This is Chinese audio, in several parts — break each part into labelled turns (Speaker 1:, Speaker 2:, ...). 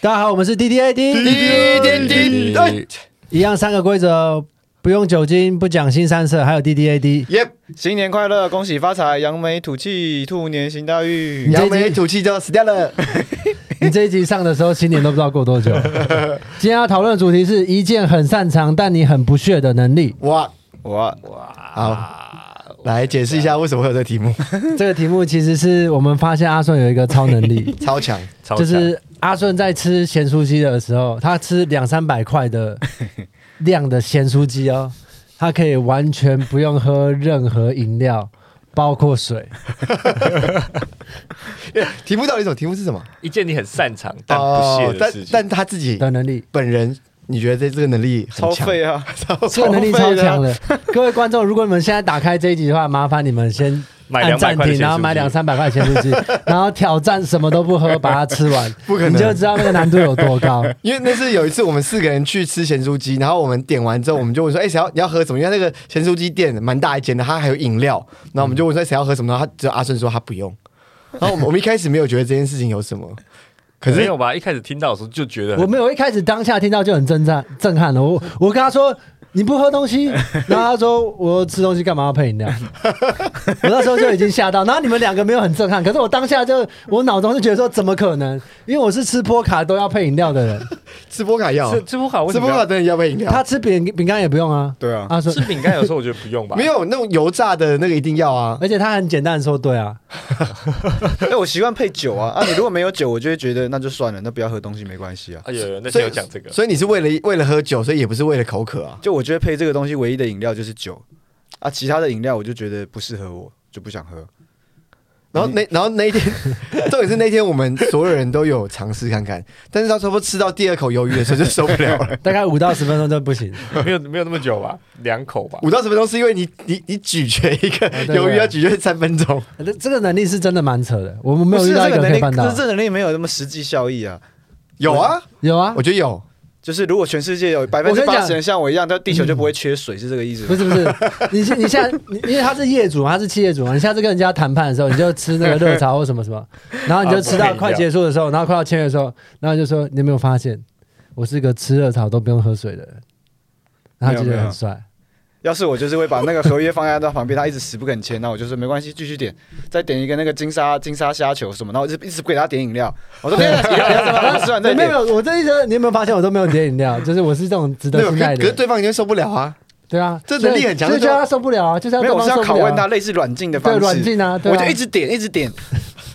Speaker 1: 大家好，我们是 D D A D，
Speaker 2: 滴滴滴，
Speaker 1: 一样三个规则，不用酒精，不讲新三色，还有 D D A D。
Speaker 2: 耶！
Speaker 3: 新年快乐，恭喜发财，扬眉吐气，兔年行大
Speaker 1: 你。这
Speaker 3: 运
Speaker 1: 一集
Speaker 2: 扬眉吐哎气就死掉了。
Speaker 1: 你这一集上的时候，新年都不知道过多久。 今天要讨论的主题是一件很擅长但你很不屑的能力。
Speaker 2: 哇，
Speaker 3: 哇，
Speaker 2: 好，来解释一下为什么会有这个题目，
Speaker 1: 这个题目其实是我们发现阿顺有一个超能 力，
Speaker 2: 超强。
Speaker 4: 超
Speaker 1: 就
Speaker 4: 强
Speaker 1: 是阿顺在吃咸酥鸡的时候，他吃两三百块的量的咸酥鸡哦，他可以完全不用喝任何饮料，包括水。
Speaker 2: 题目到底什么？题目是什么？
Speaker 4: 一件你很擅长但不屑的
Speaker 2: 但
Speaker 4: 事情。
Speaker 2: 哦但他自己
Speaker 1: 的能力，
Speaker 2: 本人，你觉得这这个能力很
Speaker 3: 超
Speaker 2: 强？
Speaker 3: 废啊！
Speaker 1: 这个能力超强
Speaker 3: 的
Speaker 1: 的。各位观众，如果你们现在打开这一集的话，麻烦你们先
Speaker 4: 买
Speaker 1: 按
Speaker 4: 200
Speaker 1: 暂
Speaker 4: 块的
Speaker 1: 停，
Speaker 4: 咸
Speaker 1: 然后
Speaker 4: 酥
Speaker 1: 买
Speaker 4: 鸡
Speaker 1: 两三百块钱酥 鸡，然后挑战什么都不喝，把它吃完，
Speaker 2: 不可能
Speaker 1: 你就知道那个难度有多高。
Speaker 2: 因为那是有一次我们四个人去吃咸酥鸡，然后我们点完之后，我们就问说：“哎、谁要你要喝什么？”因为那个咸酥鸡店蛮大一间的，它还有饮料。然后我们就问说：“谁要喝什么？”然后他只有阿顺说他不用。然后我们我们一开始没有觉得这件事情有什么，可
Speaker 4: 没
Speaker 2: 是
Speaker 4: 有吧？一开始听到的时候就觉得
Speaker 1: 我没有，我一开始当下听到就很震撼，震撼了。我我跟他说你不喝东西， 然后他说我吃东西干嘛要配饮料？ 我那时候就已经吓到。然后你们两个没有很震撼，可是我当下就我脑中就觉得说怎么可能？因为我是吃波卡都要配饮料的人，
Speaker 2: 吃波卡要
Speaker 4: 吃吃不好，啊为
Speaker 2: 吃
Speaker 4: 什
Speaker 2: 波
Speaker 4: 么
Speaker 2: 卡
Speaker 4: 要？
Speaker 2: 真的要配饮料，
Speaker 1: 他吃饼饼干也不用啊。
Speaker 3: 对啊，
Speaker 1: 阿顺
Speaker 4: 吃饼干有时候我觉得不用吧。
Speaker 2: 没有那种油炸的那个一定要啊。
Speaker 1: 而且他很简单的说对啊，
Speaker 3: 哎，我习惯配酒啊。啊，你如果没有酒，我就会觉得那就算了，那不要喝东西没关系啊。
Speaker 4: 哎呦，那
Speaker 2: 所以
Speaker 4: 天有讲这个，
Speaker 2: 所以你是为了为了喝酒，所以也不是为了口渴啊。
Speaker 3: 就我觉得配这个东西唯一的饮料就是酒啊，其他的饮料我就觉得不适合我，就不想喝。
Speaker 2: 然后那然后那一天， 重点是那天我们所有人都有尝试看看，但是他差不多吃到第二口鱿鱼的时候就受不了 了。
Speaker 1: 大概五到十分钟就不行。
Speaker 4: 没有没有那么久吧，两口吧。
Speaker 2: 五到十分钟是因为你你你咀嚼一个
Speaker 1: 啊对对
Speaker 2: 鱿鱼要咀嚼三分钟，
Speaker 1: 这这个能力是真的蛮扯的，我们没有
Speaker 3: 不是
Speaker 1: 遇到
Speaker 3: 这
Speaker 1: 一个
Speaker 3: 个
Speaker 1: 可
Speaker 3: 能
Speaker 1: 以
Speaker 3: 力，
Speaker 1: 办
Speaker 3: 可
Speaker 1: 到
Speaker 3: 是。这能力没有那么实际效益啊。
Speaker 2: 有啊，
Speaker 1: 有啊
Speaker 2: 我，觉得有。
Speaker 3: 就是如果全世界有百分
Speaker 1: 跟
Speaker 3: 之
Speaker 1: 你讲
Speaker 3: 八十人像我一样，那地球就不会缺水，是这个意思
Speaker 1: 不
Speaker 3: 吗？
Speaker 1: 是不是，你现你现在你因为他是业主嘛，他是企业主嘛，你下次跟人家谈判的时候，你就吃那个热潮或什么什么，然后你就吃到快结束的时候，然后快要签约的时候，然后就说你有没有发现我是个吃热潮都不用喝水的人，然后他就觉得很帅。
Speaker 3: 要是我就是会把那个合约放在他旁边，他一直死不肯签，那我就说没关系，继续点，再点一个那个金沙金沙虾球什么，然后我就一直不给他点饮料，我说别别别别，他吃 完再
Speaker 1: 没有没
Speaker 3: 点。
Speaker 1: 有，我这一直你有没有发现我都没有点饮料，就是我是这种值得
Speaker 2: 对，
Speaker 1: 信
Speaker 2: 可
Speaker 1: 赖
Speaker 2: 是可是
Speaker 1: 的，
Speaker 2: 对方已经受不了啊。
Speaker 1: 对啊，
Speaker 2: 这能力很强
Speaker 1: 所以就叫他受不了啊，就是要
Speaker 3: 没有，
Speaker 1: 对方
Speaker 3: 我是要
Speaker 1: 受不
Speaker 3: 拷
Speaker 1: 了
Speaker 3: 问他
Speaker 1: 啊。
Speaker 3: 类似软禁的
Speaker 1: 对
Speaker 3: 方式，
Speaker 1: 软禁啊，对啊
Speaker 3: 我就一直点一直点，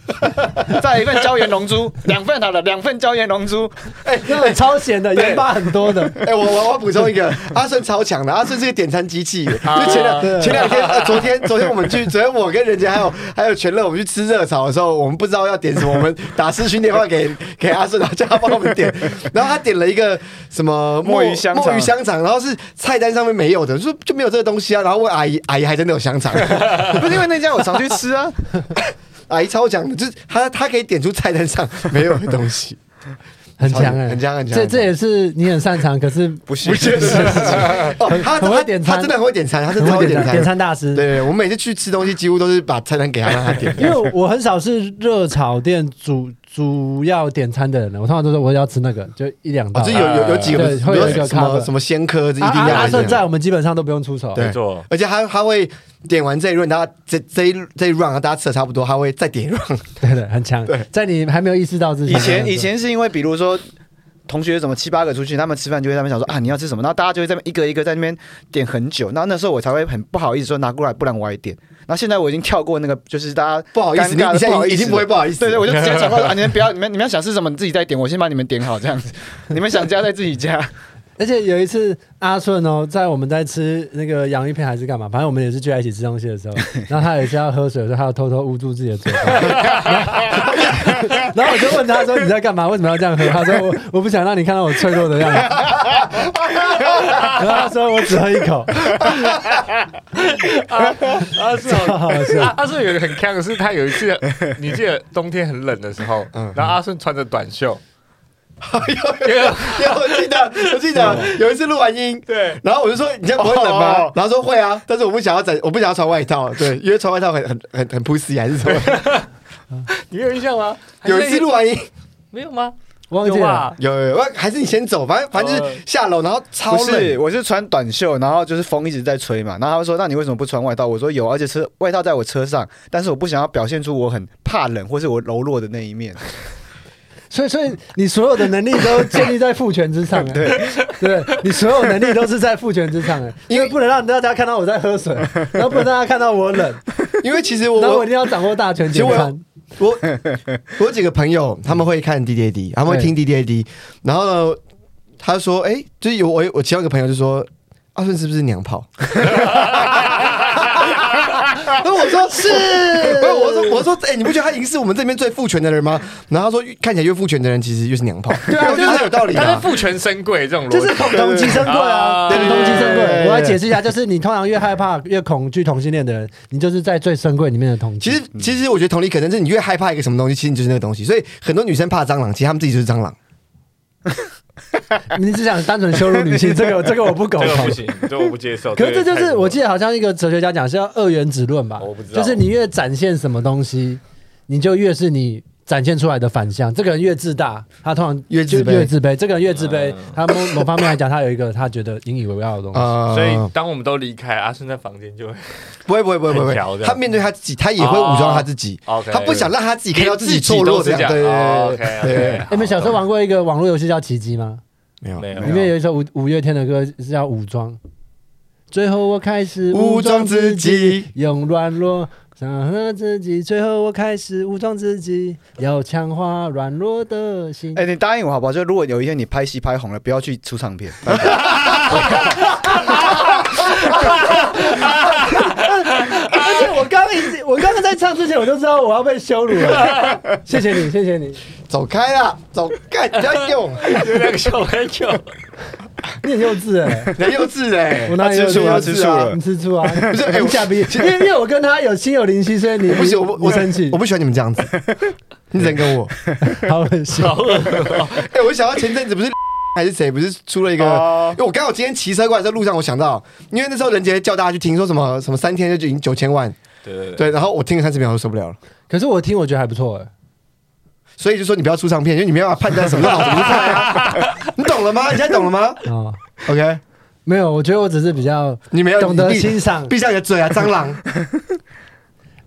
Speaker 3: 再来一份椒盐龙珠，两份好了，两份椒盐龙珠，
Speaker 1: 那很超闲的，盐巴很多 的。
Speaker 2: 哎、我我我要补充一个，阿顺超强的，阿顺是个点餐机器，就
Speaker 4: 啊
Speaker 2: 前两前两天、呃，昨天昨天我们去，昨天我跟人家还有还有全乐，我们去吃热炒的时候，我们不知道要点什么，我们打视讯电话给给阿顺，然后叫他帮我们点，然后他点了一个什么
Speaker 3: 墨鱼香肠
Speaker 2: 墨鱼香肠，然后是菜单上面没有的，就就没有这个东西啊，然后问阿姨，阿姨还真的有香 肠，
Speaker 3: 不是因为那家我常去吃啊，
Speaker 2: 阿姨超强的，就是她她可以点出菜单上没有的东西，
Speaker 1: 很强
Speaker 2: 超
Speaker 1: 哎、
Speaker 2: 级很强很强
Speaker 1: 这
Speaker 2: 很强
Speaker 1: 这也是你很擅长，可是
Speaker 3: 不 行
Speaker 2: 不，是哦，他
Speaker 1: 很会点餐
Speaker 2: 他真的很会点餐，他真的
Speaker 1: 很
Speaker 2: 超
Speaker 1: 会
Speaker 2: 会
Speaker 1: 点
Speaker 2: 点
Speaker 1: 餐
Speaker 2: 餐，
Speaker 1: 点餐大师。
Speaker 2: 对对，我每次去吃东西，几乎都是把菜单给他让他 点。
Speaker 1: 因为我很少是热炒店主主要点餐的人了，我通常都说我要吃那个，就一两道。
Speaker 2: 哦，这有有有几个，啊
Speaker 1: 对
Speaker 2: 比如
Speaker 1: 会有一个
Speaker 2: 说什么
Speaker 1: cover
Speaker 2: 什么先科，这一
Speaker 1: 阿
Speaker 2: 定
Speaker 1: 阿
Speaker 2: 要
Speaker 1: 阿
Speaker 2: 的
Speaker 1: 啊顺在，我们基本上都不用出手。
Speaker 2: 对
Speaker 4: 没错，
Speaker 2: 而且他他会点完这一轮，大家这这一这一 round 大家吃的差不多，他会再点一 round。
Speaker 1: 对对，很强。在你还没有意识到自己
Speaker 3: 以前以前是因为比如说。同学怎么七八个出去，他们吃饭就会在那边想说啊，你要吃什么？然后大家就会在那边一个一个在那边点很久。然后那时候我才会很不好意思说拿过来，不然我也点。然后现在我已经跳过那个，就是大家
Speaker 2: 不好意思，
Speaker 3: 尴
Speaker 2: 你
Speaker 3: 尬
Speaker 2: 你现
Speaker 3: 不好
Speaker 2: 在
Speaker 3: 意思
Speaker 2: 已经不会不好意思
Speaker 3: 对
Speaker 2: 了。
Speaker 3: 对，我就直接讲话说啊，你们不要，你们你们要想吃什么，你自己再点，我先把你们点好这样子。你们想加再自 己加。
Speaker 1: 而且有一次，阿顺哦，在我们在吃那个洋芋片还是干嘛，反正我们也是聚在一起吃东西的时候，然后他有一次要喝水的时候，他要偷偷捂住自己的嘴巴， 然后然后我就问他说：“你在干嘛？为什么要这样喝？”他说：“我我不想让你看到我脆弱的样子。” 然后他说：“我只喝一口。
Speaker 4: 阿顺
Speaker 1: 超 好笑
Speaker 4: 哦啊阿阿顺有一个很强的是，他有一 次，你记得冬天很冷的时候，
Speaker 2: 嗯
Speaker 4: 然后阿顺穿着短袖，
Speaker 2: 有有有， 我记得我记得有一次录完音，
Speaker 4: 对，
Speaker 2: 然后我就说你这样不会冷吗
Speaker 3: 哦？
Speaker 2: 然后说会啊，但是我不想要整，我不想要穿外套，对，因为穿外套很很很 很 pussy 还是什么。
Speaker 4: 你有印象吗？哎
Speaker 2: 有一次录完音，
Speaker 4: 没有吗？
Speaker 1: 忘记
Speaker 4: 有
Speaker 1: 了
Speaker 4: 吧，
Speaker 2: 有有有，还是你先走，反正反正就是下楼，然后超
Speaker 3: 不是，
Speaker 2: 冷，
Speaker 3: 我是穿短袖，然后就是风一直在吹嘛。然后他们说：“那你为什么不穿外套？”我说：“有，而且车外套在我车上，但是我不想要表现出我很怕冷或是我柔弱的那一面。
Speaker 1: 所以所以你所有的能力都建立在父权之上、啊，对对，你所有能力都是在父权之上、啊，因为不能让大家看到我在喝水，然后不能让大家看到我冷，
Speaker 2: 因为其实我
Speaker 1: 然后我
Speaker 2: 我
Speaker 1: 一定要掌握大权
Speaker 2: 其实
Speaker 1: 简
Speaker 2: 我
Speaker 1: 餐。
Speaker 2: 我我有几个朋友他们会看 D D A D，他们会听 D D A D，然后呢，他说，哎、就是有我我其中一个朋友就说，阿顺是不是娘炮？ 那我说是，不是我说我说，哎、你不觉得他已经是我们这边最父权的人吗？然后他说，越看起来越父权的人，其实越是娘炮。对
Speaker 1: 啊
Speaker 2: 我觉得很有道理
Speaker 4: 他是
Speaker 2: 啊。
Speaker 4: 父权身贵这种逻辑，
Speaker 1: 就是同同级生贵啊，
Speaker 4: 对
Speaker 1: 同
Speaker 4: 对
Speaker 1: 同
Speaker 4: 对
Speaker 1: 级生
Speaker 2: 对对对
Speaker 1: 贵。
Speaker 2: 对
Speaker 1: 我来解释一下，就是你通常越害怕、越恐惧同性恋的人，你就是在最深贵里面的同级。
Speaker 2: 其实，其实我觉得同理可能是你越害怕一个什么东西，其实你就是那个东西。所以很多女生怕蟑螂，其实她们自己就是蟑螂。
Speaker 1: 你只想单纯羞辱 女性，这个这个我不苟
Speaker 4: 这个
Speaker 1: 同
Speaker 4: 不。行，这我不接受。
Speaker 1: 可是这就是我记
Speaker 4: 得
Speaker 1: 得好像一个哲学家讲是要二元指论吧，
Speaker 4: 我不知道
Speaker 1: 就是你越展现什么东西，你就越是你展现出来的反向。这个人越自大，他通常
Speaker 2: 越
Speaker 1: 就
Speaker 2: 自卑
Speaker 1: 越自卑；这个人越自卑，
Speaker 4: 嗯
Speaker 1: 他某某方面来讲，他有一个他觉得引以为傲的东西。
Speaker 2: 啊
Speaker 4: 所以当我们都离开，阿顺在房间就会
Speaker 2: 不会不会不会不
Speaker 4: 很
Speaker 2: 会
Speaker 4: 调这，样
Speaker 2: 他面对他自己，他也会武装他自己，
Speaker 4: 哦，OK
Speaker 2: 他不想让他自己看到自己
Speaker 4: 连
Speaker 2: 脆弱
Speaker 4: 都
Speaker 2: 的
Speaker 4: 是
Speaker 2: 样
Speaker 4: 这样。
Speaker 2: 子。对对对
Speaker 4: OK，
Speaker 2: 对对，
Speaker 1: 哎你们小时候玩过一个网络游戏叫《奇迹》吗？
Speaker 2: 没有
Speaker 4: 没有
Speaker 1: 里面有一首五五月天的歌是叫《武装》，最后我开始
Speaker 2: 武装自，己，
Speaker 1: 用软弱伤害自己，最后我开始武装自己，要强化软弱的心。
Speaker 3: 哎、你答应我好不好？就如果有一天你拍戏拍红了，不要去出唱片。
Speaker 1: 哎而且我刚一直，我刚刚在唱之前我就知道我要被羞辱 了。谢谢你，谢谢你，
Speaker 2: 走开啦，走开，不要用，
Speaker 4: 有两个小朋友，
Speaker 1: 你很幼稚哎、
Speaker 2: 你很幼稚哎
Speaker 1: 我，哪里幼
Speaker 3: 他吃醋
Speaker 1: 稚？
Speaker 3: 他吃醋了
Speaker 1: 你吃醋啊？不
Speaker 2: 是哎我
Speaker 1: 你下逼，因为因为我跟他有心有灵犀，所以你
Speaker 2: 我不行，我
Speaker 1: 你
Speaker 2: 不我
Speaker 1: 生气
Speaker 2: 我，不喜欢你们这样子，你只能跟我。
Speaker 1: 好恶心。
Speaker 2: 哎，我想到前阵子不是还是谁，不是出了一个，
Speaker 3: 哦
Speaker 2: 因为我刚好今天骑车过来在路上，我想到，因为那时候人杰叫大家去听，说什么什么三天就已经九千万，
Speaker 4: 对对对，
Speaker 2: 对，然后我听了三十秒我就受不了了。
Speaker 1: 可是我听我觉得还不错哎、
Speaker 2: 所以就说你不要出唱片，因为你没办法判断什么是好，什么是坏啊、 你懂了吗？你现在懂了吗
Speaker 1: 哦，
Speaker 2: ？OK，
Speaker 1: 没有，我觉得我只是比较
Speaker 2: 你没有
Speaker 1: 懂得
Speaker 2: 你闭
Speaker 1: 欣赏。
Speaker 2: 闭上你的嘴啊，蟑螂！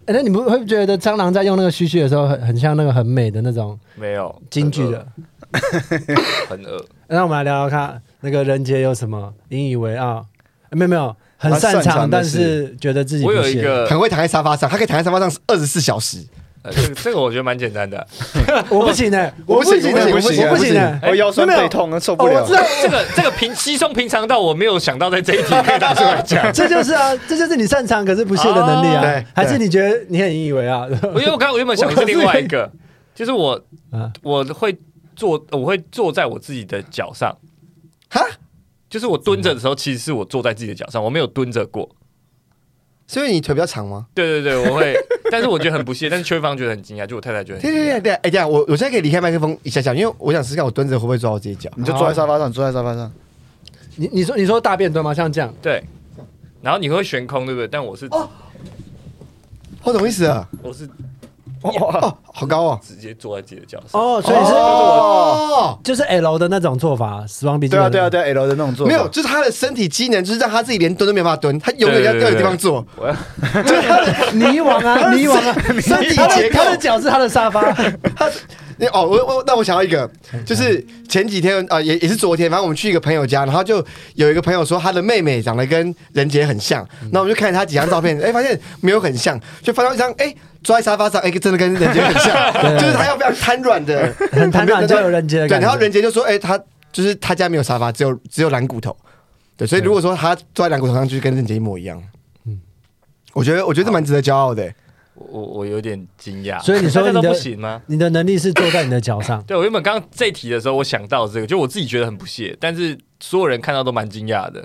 Speaker 1: 哎那你不会不觉得蟑螂在用那个须须的时候很，很像那个很美的那种
Speaker 4: 没有
Speaker 1: 京剧的？
Speaker 4: 很恶，
Speaker 1: 那我们来聊聊看，那个人杰有什么引以为傲？哎没有没有，很
Speaker 3: 他
Speaker 1: 擅
Speaker 3: 擅
Speaker 1: 长，
Speaker 3: 长的
Speaker 1: 但是觉得自己
Speaker 4: 我有
Speaker 1: 不
Speaker 4: 一
Speaker 1: 屑
Speaker 4: 个
Speaker 2: 很，会躺在沙发上，他可以躺在沙发上二十四小时。
Speaker 4: 呃这个这个我觉得蛮简单的，
Speaker 1: 我不行哎，
Speaker 2: 我不行
Speaker 1: 哎
Speaker 2: 我
Speaker 1: 我
Speaker 2: 不行
Speaker 1: 我不行哎，
Speaker 3: 我腰酸
Speaker 1: 没有
Speaker 3: 背痛，受不了。
Speaker 1: 哦我知道，。
Speaker 4: 这个这个平稀松平常到我没有想到在这一题可以拿出来 讲
Speaker 1: 这就是啊，这就是你擅长可是不屑的能力
Speaker 2: 哦对
Speaker 1: 啊，还是你觉得你很引以为傲？
Speaker 4: 我因为我刚刚原本想的是另外一个，就是我
Speaker 1: 啊
Speaker 4: 我会坐，我会坐在我自己的脚上，
Speaker 2: 哈，
Speaker 4: 就是我蹲着的时候，其实是我坐在自己的脚上，我没有蹲着过。
Speaker 2: 所以你腿比较长吗？
Speaker 4: 对对对，我会，但是我觉得很不屑，但是邱一芳觉得很惊讶，就我太太觉得
Speaker 2: 对
Speaker 4: 很
Speaker 2: 对
Speaker 4: 惊
Speaker 2: 对
Speaker 4: 讶。
Speaker 2: 对，哎、这样我我现在可以离开麦克风一下下，因为我想试试看我蹲着会不会抓到自己脚。
Speaker 3: 你就坐在沙发上，坐在沙发上。
Speaker 1: 你你说你说大便蹲吗？像这样，
Speaker 4: 对，然后你会悬空，对不对？但我是
Speaker 1: 哦
Speaker 2: 我懂意思啊？
Speaker 4: 我是
Speaker 2: 哦，好高哦！
Speaker 4: 直接坐在自己的脚上。
Speaker 1: 哦，所以是
Speaker 2: 哦，
Speaker 1: 就是 L 的那种做法，死亡笔记
Speaker 3: 对
Speaker 1: 本的
Speaker 3: 啊，对啊，对啊，L 的那种坐法。
Speaker 2: 没有，就是他的身体机能，就是让他自己连蹲都没有办法蹲，他永远要
Speaker 4: 对对对
Speaker 2: 要有地方坐。
Speaker 4: 我要
Speaker 2: 就是他的
Speaker 1: 泥王啊，泥王啊，
Speaker 2: 身体
Speaker 1: 他的
Speaker 2: 结构
Speaker 1: 他的脚是他的沙发，
Speaker 2: 你哦，我我那我想要一个，就是前几天啊、呃也也是昨天，反正我们去一个朋友家，然后就有一个朋友说他的妹妹长得跟任杰很像，
Speaker 1: 嗯
Speaker 2: 那我们就看了他几张照片， 哎、发现没有很像，就翻到一张，哎、坐在沙发上，哎、真的跟任杰很像，
Speaker 1: 对
Speaker 2: 就是他要非常瘫软的，
Speaker 1: 很瘫软就有人杰的
Speaker 2: 对，
Speaker 1: 感觉。
Speaker 2: 然后任杰就说，哎、他就是他家没有沙发，只有只有蓝骨头，对，所以如果说他坐在蓝骨头上，就是跟任杰一模一样，
Speaker 1: 嗯
Speaker 2: 我觉得我觉得这蛮值得骄傲的、
Speaker 4: 我我我有点惊讶，
Speaker 1: 所以你说
Speaker 4: 大家
Speaker 1: 你
Speaker 4: 都
Speaker 1: 的
Speaker 4: 不行吗？，
Speaker 1: 你的能力是坐在你的脚上
Speaker 4: 对我原本刚刚这一题的时候，我想到这个，就我自己觉得很不屑，但是所有人看到都蛮惊讶的。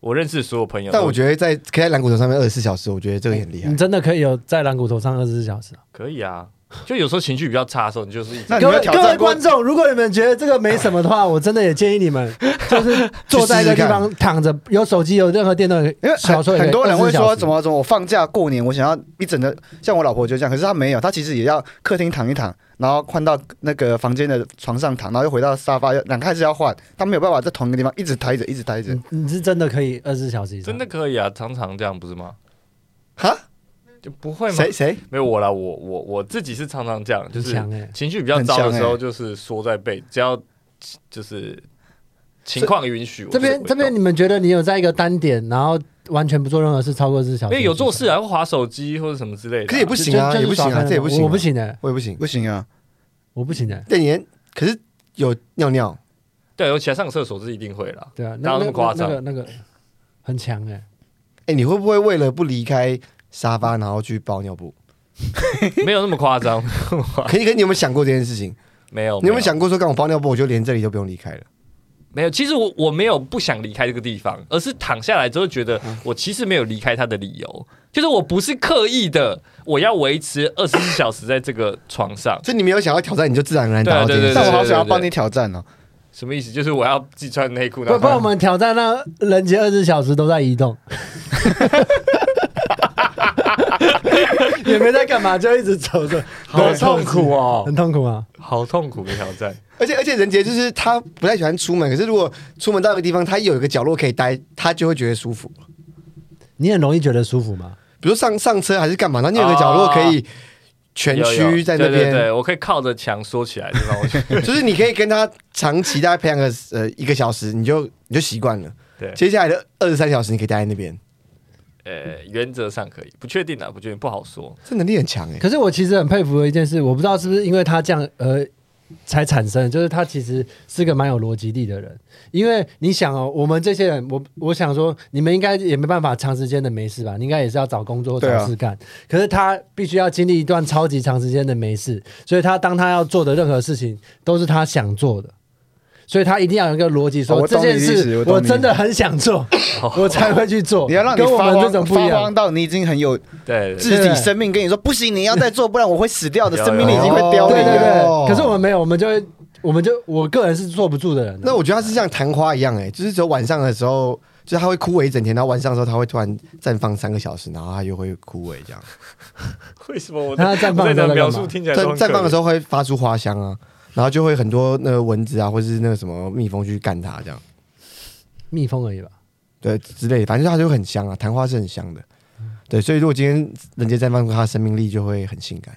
Speaker 4: 我认识所有朋友都，
Speaker 2: 但我觉得在
Speaker 1: 嗯
Speaker 2: 可以在蓝骨头上面二十四小时，我觉得这个也很厉害
Speaker 1: 你。真的可以有在蓝骨头上二十四小时啊。
Speaker 4: 可以啊，就有时候情绪比较差的时候，你就是一直
Speaker 3: 那你
Speaker 1: 各
Speaker 3: 有没
Speaker 1: 位
Speaker 3: 有挑
Speaker 1: 各位
Speaker 3: 战过
Speaker 1: 观？众，如果你们觉得这个没什么的话，我真的也建议你们就是坐在一个地方躺着，有手机有任何电动，
Speaker 3: 因为
Speaker 1: 小
Speaker 3: 很
Speaker 1: 说也可以
Speaker 3: 很多人会
Speaker 1: 24小
Speaker 3: 说
Speaker 1: 时
Speaker 3: 怎么怎么，我放假过年，我想要一整个，像我老婆就这样，可是她没有，她其实也要客厅躺一躺，然后换到那个房间的床上躺，然后又回到沙发，要两个还是要换，她没有办法在同一个地方一直待着，一直待着。
Speaker 1: 你是真的可以二十四小时以上
Speaker 4: 真的可以啊，常常这样不是吗？
Speaker 2: 哈，
Speaker 4: 就不会吗？
Speaker 2: 谁谁？
Speaker 4: 没有我啦，我我我自己是常常这样，就
Speaker 1: 很
Speaker 4: 是
Speaker 1: 强哎，
Speaker 4: 情绪比较糟的时
Speaker 3: 很强
Speaker 4: 候，
Speaker 3: 欸
Speaker 4: 就是缩在被，只要就是情况允许，我
Speaker 1: 这
Speaker 4: 就
Speaker 1: 边
Speaker 4: 会
Speaker 1: 这边
Speaker 4: 动
Speaker 1: 你们觉得你有在一个单点，然后完全不做任何事超过四小时，
Speaker 4: 因为有做事啊，或划手机或者什么之类的啊，
Speaker 2: 可是也不
Speaker 1: 就
Speaker 2: 行啊，
Speaker 1: 就
Speaker 2: 也不行
Speaker 1: 就是耍
Speaker 2: 啊，
Speaker 1: 废
Speaker 2: 这也不行啊，
Speaker 1: 我不行的，
Speaker 2: 我也不行。
Speaker 3: 不行啊，
Speaker 1: 我不行的，
Speaker 2: 但你可是有尿尿，
Speaker 4: 对，我起来上个厕所是一定会啦。
Speaker 1: 对啊，
Speaker 4: 哪
Speaker 1: 那
Speaker 4: 有那么夸
Speaker 1: 那
Speaker 4: 张
Speaker 1: 个那个很强哎，
Speaker 2: 哎，你会不会为了不离开沙发，然后去包尿布？
Speaker 4: 没有那么夸张，
Speaker 2: 可以，可是你有没有想过这件事情？
Speaker 4: 没有，
Speaker 2: 你有没有
Speaker 4: 有
Speaker 2: 想过说，刚我包尿布，我就连这里都不用离开了？，
Speaker 4: 没有，其实我我没有不想离开这个地方，而是躺下来之后觉得我其实没有离开它的理由，就是我不是刻意的，我要维持二十四小时在这个床上
Speaker 2: 所以你没有想要挑战，你就自然而然达到这件
Speaker 4: 对
Speaker 2: 事。
Speaker 4: 对对
Speaker 3: 但我好想要
Speaker 4: 对
Speaker 3: 帮你挑战哦。
Speaker 4: 什么意思？就是我要自己穿内裤，
Speaker 1: 不
Speaker 4: 然
Speaker 1: 不，
Speaker 4: 后
Speaker 1: 我们挑战让人杰二十四小时都在移动， 也没在干嘛，就一直走着，
Speaker 4: 好痛苦哦，
Speaker 1: 很痛苦啊。
Speaker 4: 好痛苦的挑战。
Speaker 2: 而且而且任杰就是他不太喜欢出门，可是如果出门到一个地方，他有一个角落可以待，他就会觉得舒服。
Speaker 1: 你很容易觉得舒服吗？
Speaker 2: 比如上上车还是干嘛，然后你有一个角落可以蜷
Speaker 4: 有啊有
Speaker 2: 曲在那
Speaker 4: 对对
Speaker 2: 边，
Speaker 4: 对，我可以靠着墙缩起来，对吧？ 我
Speaker 2: 就是你可以跟他长期大概培养个呃一个小时，你就你就习惯了。
Speaker 4: 对，
Speaker 2: 接下来的二十三小时，你可以待在那边，
Speaker 4: 呃，原则上可以，不确定啊，不确定，不好说。
Speaker 2: 这能力很强
Speaker 3: 欸
Speaker 2: 哎、
Speaker 1: 可是我其实很佩服的一件事，我不知道是不是因为他这样呃才产生的，就是他其实是个蛮有逻辑力的人。因为你想哦，我们这些人，我我想说，你们应该也没办法长时间的没事吧？你应该也是要找工作或
Speaker 3: 对啊
Speaker 1: 找事干。可是他必须要经历一段超级长时间的没事，所以他当他要做的任何事情都是他想做的。所以他一定要有一个逻辑，说、
Speaker 3: 哦我
Speaker 1: 这
Speaker 3: 懂
Speaker 1: 件
Speaker 3: 你意思
Speaker 1: 事
Speaker 3: 我懂
Speaker 1: 我
Speaker 3: 你
Speaker 1: 真的很想做，我才会去做。
Speaker 3: 你要让你
Speaker 1: 跟我
Speaker 3: 发
Speaker 1: 们这
Speaker 3: 慌，
Speaker 1: 种不一
Speaker 3: 发
Speaker 1: 样
Speaker 3: 慌，到你已经很有
Speaker 4: 对，对
Speaker 3: 自己生命跟你说不行，你要再做，不然我会死掉的，
Speaker 4: 有
Speaker 3: 生命力已经快凋
Speaker 2: 哦
Speaker 3: 零
Speaker 1: 对对
Speaker 3: 了。
Speaker 2: 哦
Speaker 1: 对，可是我们没有，我们就会，我们就我个人是坐不住的人啊。
Speaker 2: 那我觉得他是像昙花一样哎、就是只有晚上的时候，就是他会枯萎一整天，然后晚上的时候他会突然绽放三个小时，然后他又会枯萎这 样。
Speaker 4: 为什么我
Speaker 1: 那绽放的
Speaker 4: 我
Speaker 1: 时候在干嘛
Speaker 4: 在讲描述听起来
Speaker 2: 在
Speaker 4: 都很
Speaker 2: 绽放的时
Speaker 4: 候，
Speaker 2: 候会发出花香啊，然后就会很多那个蚊子啊，或是那个什么蜜蜂去干它这样，
Speaker 1: 蜜蜂而已吧。
Speaker 2: 对之类的，反正它就很香啊，昙花是很香的。对，所以如果今天人间绽放出它的生命力，就会很性感。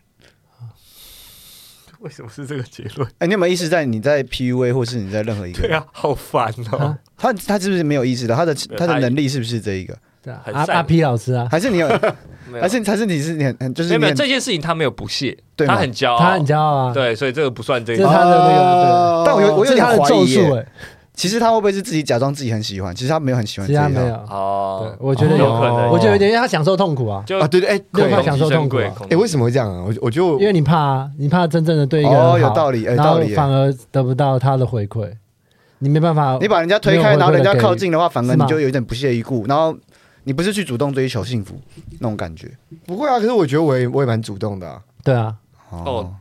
Speaker 4: 为什么是这个结论？
Speaker 3: 哎，你有没有意识到你在 PUA 或是你在任何一个
Speaker 4: 对
Speaker 3: 人？
Speaker 4: 啊，好烦 哦
Speaker 1: 啊。
Speaker 3: 他他是不是没有意识到他的他的能力是不是这一 个？
Speaker 1: 对啊，
Speaker 4: 很
Speaker 1: 阿
Speaker 4: 善
Speaker 1: 阿 P 老师啊，
Speaker 3: 还是你有？
Speaker 4: 没有
Speaker 3: 还是还是你是你很很就是
Speaker 4: 啊没有
Speaker 3: 你
Speaker 4: 没有
Speaker 3: 很
Speaker 4: 这件事情，他没有不屑，
Speaker 3: 对吗
Speaker 4: 他很骄傲，
Speaker 1: 他很骄傲啊，
Speaker 4: 对，所以这个不算这
Speaker 1: 这
Speaker 4: 个
Speaker 1: 是。他的那个
Speaker 2: 哦
Speaker 3: 但我有我
Speaker 1: 这是
Speaker 3: 有点
Speaker 1: 他的
Speaker 3: 怀
Speaker 1: 咒
Speaker 3: 疑
Speaker 1: 术
Speaker 3: 耶。
Speaker 1: 哎，
Speaker 3: 其实他会不会是自己假装自己很喜欢？其实他没有很喜欢
Speaker 1: 其
Speaker 3: 这
Speaker 1: 实
Speaker 3: 一
Speaker 1: 他没
Speaker 3: 套。
Speaker 1: 有。对
Speaker 4: 哦，，
Speaker 1: 我觉得
Speaker 4: 有
Speaker 1: 有，
Speaker 4: 可能，
Speaker 1: 我觉得有点，因为他享受痛苦啊，
Speaker 4: 就
Speaker 2: 啊，对对，哎、
Speaker 1: 对
Speaker 2: 对，
Speaker 1: 他
Speaker 4: 恐
Speaker 1: 享受
Speaker 4: 极生
Speaker 1: 痛苦啊
Speaker 4: 贵
Speaker 2: 哎、为什么会这样啊？我我就
Speaker 1: 因为你怕啊，你怕真正的对一个人好
Speaker 3: 哦有道理哎
Speaker 1: 然后
Speaker 3: 道理哎
Speaker 1: 反而得不到他的回馈，你没办法，
Speaker 3: 你把人家推
Speaker 1: 没
Speaker 3: 开，
Speaker 1: 有
Speaker 3: 然后人家
Speaker 1: 回馈的给予
Speaker 3: 靠近的话，反而
Speaker 1: 是吗
Speaker 3: 你就有点不屑一顾，然后你不是去主动追求幸福那种感觉。
Speaker 2: 不会啊，可是我觉得我也我也蛮主动的、啊。
Speaker 1: 对啊，
Speaker 4: 哦，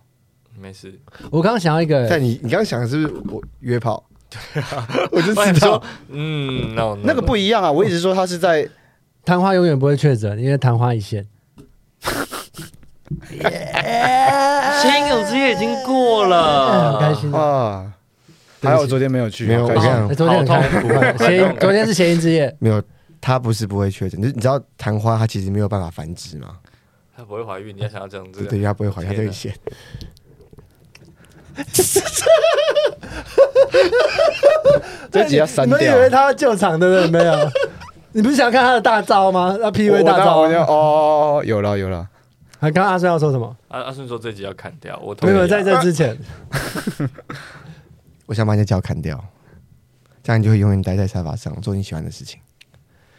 Speaker 4: 没事。
Speaker 1: 我刚刚想到一个，
Speaker 2: 但你你刚刚想的是不是我约炮？对啊， 我就
Speaker 4: 我想
Speaker 2: 知道
Speaker 4: 说，嗯，no，
Speaker 3: 那个不一样啊！我一直说他是在
Speaker 1: 昙花永远不会确诊，因为昙花一现。
Speaker 4: 前一个职业已经过了，
Speaker 1: 很哎开心
Speaker 3: 啊，还好我昨天没有去，
Speaker 2: 没有
Speaker 3: 好开
Speaker 2: 我
Speaker 3: 心
Speaker 2: 跟你讲
Speaker 1: 哎昨天很开
Speaker 4: 好痛苦
Speaker 1: 谐音，昨天是谐音之夜，
Speaker 2: 没有，它不是不会确诊，就是你知道昙花它其实没有办法繁殖嘛，
Speaker 4: 他不会怀孕，你要想要这样
Speaker 2: 对
Speaker 4: 子，
Speaker 2: 对，它不会怀它
Speaker 4: 天
Speaker 2: 这
Speaker 4: 哪
Speaker 2: 个线。
Speaker 3: 这集要删
Speaker 1: 你
Speaker 3: 掉
Speaker 1: 们以。为他要救场对不对？没 有，你不是想看他的大招吗？他 P V
Speaker 3: 我
Speaker 1: 大招啊
Speaker 3: 我就
Speaker 1: 吗。
Speaker 3: 哦，有了有了，
Speaker 1: 啊，刚刚阿顺要说什么？
Speaker 4: 阿阿顺说这集要砍掉，我同
Speaker 1: 没
Speaker 4: 意啊
Speaker 1: 有，在这之前，
Speaker 2: 我想把你的脚砍掉，这样你就会永远待在沙发上做你喜欢的事情。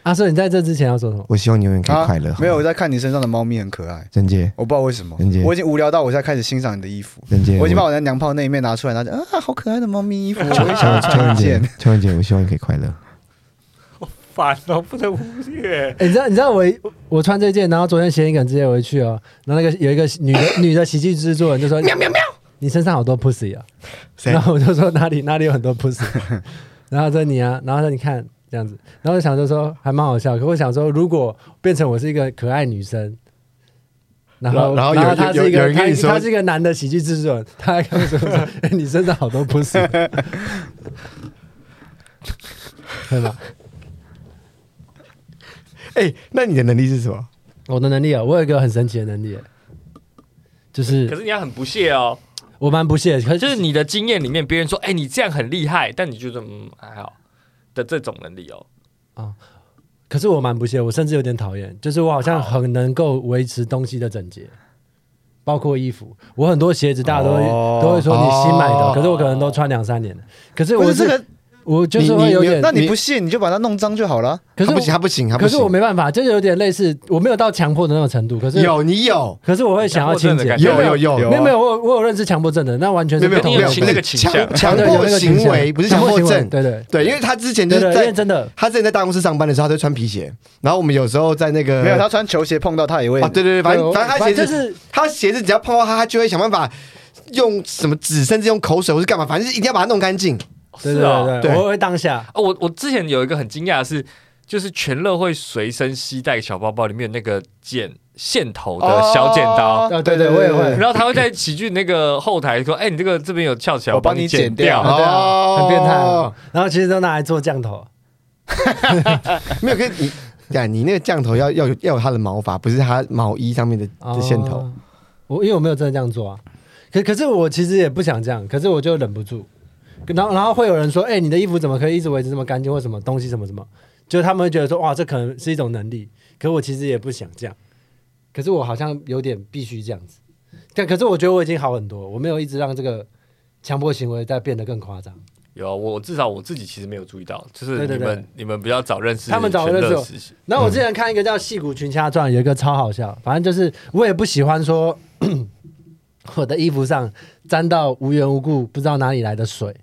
Speaker 1: 阿顺，你在这之前要说什么？
Speaker 2: 我希望你永远可以快乐。
Speaker 3: 啊没有，我在看你身上的猫咪很可爱，
Speaker 2: 任杰，
Speaker 3: 我不知道为什么
Speaker 2: 人杰，
Speaker 3: 我已经无聊到我现在开始欣赏你的衣服。
Speaker 2: 任杰，
Speaker 3: 我已经把我的娘炮那一面拿出来，然后就啊，好可爱的猫咪衣服，我也想
Speaker 2: 邱
Speaker 3: 要
Speaker 2: 邱
Speaker 3: 穿
Speaker 2: 文
Speaker 3: 一
Speaker 2: 杰
Speaker 3: 件。，
Speaker 2: 邱文杰，我希望你可以快乐。
Speaker 4: 烦哦，不能忽略。
Speaker 1: 欸你知道你知道我一我穿这件，然后昨天嫌疑梗直接回去哦，然后那个有一个女的 女的喜剧制作人就说喵喵喵，你身上好多 pussy 啊，
Speaker 2: 谁
Speaker 1: 然后我就说哪里哪里有很多 pussy，然后啊他说你啊，然后他说你看这样子，然后我就想着说还蛮好笑，可我想说如果变成我是一个可爱女生。然后，
Speaker 2: 然后然后有
Speaker 1: 然后他是一
Speaker 2: 有有
Speaker 1: 个，
Speaker 2: 人跟
Speaker 1: 他
Speaker 2: 你说
Speaker 1: 他是一个男的喜剧制作人，他还跟我说：“ 欸你身上好多 pussy，对吧？”
Speaker 2: 哎、那你的能力是什么？
Speaker 1: 我的能力啊，我有一个很神奇的能力，就是
Speaker 4: 可是你要很不屑哦，
Speaker 1: 我蛮不屑，可是
Speaker 4: 就是你的经验里面，别人说，哎、你这样很厉害，但你觉得嗯还好的这种能力哦。
Speaker 1: 可是我蛮不屑，我甚至有点讨厌，就是我好像
Speaker 4: 好
Speaker 1: 很能够维持东西的整洁，包括衣服，我很多鞋子大家都会、都会说你新买的，
Speaker 2: 哦
Speaker 1: 可是我可能都穿两三年了，可是
Speaker 3: 不
Speaker 1: 我
Speaker 3: 是这个，
Speaker 1: 我就是会有
Speaker 2: 你你
Speaker 1: 点
Speaker 2: 没
Speaker 3: 那，你
Speaker 2: 你
Speaker 3: 不信你就把它弄脏就好了。
Speaker 1: 可是
Speaker 2: 他
Speaker 1: 我
Speaker 2: 不行，他不行，他不
Speaker 1: 可是
Speaker 2: 行。
Speaker 1: 我没办法，就是有点类似，我没有到强迫的那种程度，可是
Speaker 2: 有你有
Speaker 1: 可是我会想要清洁，
Speaker 4: 强迫症的感觉
Speaker 2: 有有有
Speaker 1: 没有没有，我有我有认识强迫症的，那完全是不
Speaker 2: 没有
Speaker 1: 同
Speaker 2: 没
Speaker 1: 的
Speaker 2: 有
Speaker 4: 你有
Speaker 1: 东
Speaker 4: 那
Speaker 1: 西
Speaker 4: 个倾向
Speaker 2: 强强
Speaker 1: 强
Speaker 2: 迫行为不是强迫
Speaker 1: 行为
Speaker 2: 症，
Speaker 1: 对对
Speaker 2: 对，因为他之前就
Speaker 1: 对对，
Speaker 2: 是
Speaker 1: 因为
Speaker 2: 在
Speaker 1: 真的
Speaker 2: 他之前在办公室上班的时候，他都穿皮鞋，然后我们有时候在那个
Speaker 3: 没有，他穿球鞋碰到他也会
Speaker 2: 啊，对对对，反正
Speaker 1: 对
Speaker 2: 反正他鞋
Speaker 1: 就
Speaker 2: 子
Speaker 1: 是
Speaker 2: 他鞋子只要碰到他，他就会想办法用什么纸，甚至用口水或是干嘛，反正就是一定要把它弄干净。
Speaker 1: 对
Speaker 4: 是
Speaker 1: 对
Speaker 4: 哦，
Speaker 1: 对
Speaker 2: 对
Speaker 1: 对，我会当下。
Speaker 4: 哦，我我之前有一个很惊讶的是，就是全乐会随身携带小包包里面那个剪线头的小剪刀。
Speaker 1: 啊对对我也会
Speaker 4: 然后他会在喜剧那个后台说：“哎、你这个这边有翘起来，
Speaker 3: 我帮
Speaker 4: 帮
Speaker 3: 你
Speaker 4: 剪哦
Speaker 3: 剪掉
Speaker 1: 啊对啊，很变态啊。
Speaker 2: 哦
Speaker 1: 然后其实都拿来做降头，
Speaker 2: 没有，可是你呀，你那个降头要要有要有他的毛发，不是他毛衣上面的的线头。，
Speaker 1: 哦。我因为我没有真的这样做啊，可可是我其实也不想这样，可是我就忍不住。然后然后会有人说：“哎、你的衣服怎么可以一直维持这么干净，或什么东西什么什么？”就是他们会觉得说：“哇，这可能是一种能力。”可我其实也不想这样，可是我好像有点必须这样子。但可是我觉得我已经好很多，我没有一直让这个强迫行为再变得更夸张。
Speaker 4: 有啊我至少我自己其实没有注意到，就是你
Speaker 1: 对
Speaker 4: 们
Speaker 1: 对对
Speaker 4: 你们比较早认识
Speaker 1: 他们早认识
Speaker 4: 全乐
Speaker 1: 我
Speaker 4: 时期
Speaker 1: 然后我之前看一个叫《戏骨群侠传》，有一个超好笑，反正就是我也不喜欢说 我的衣服上沾到无缘无故不知道哪里来的水，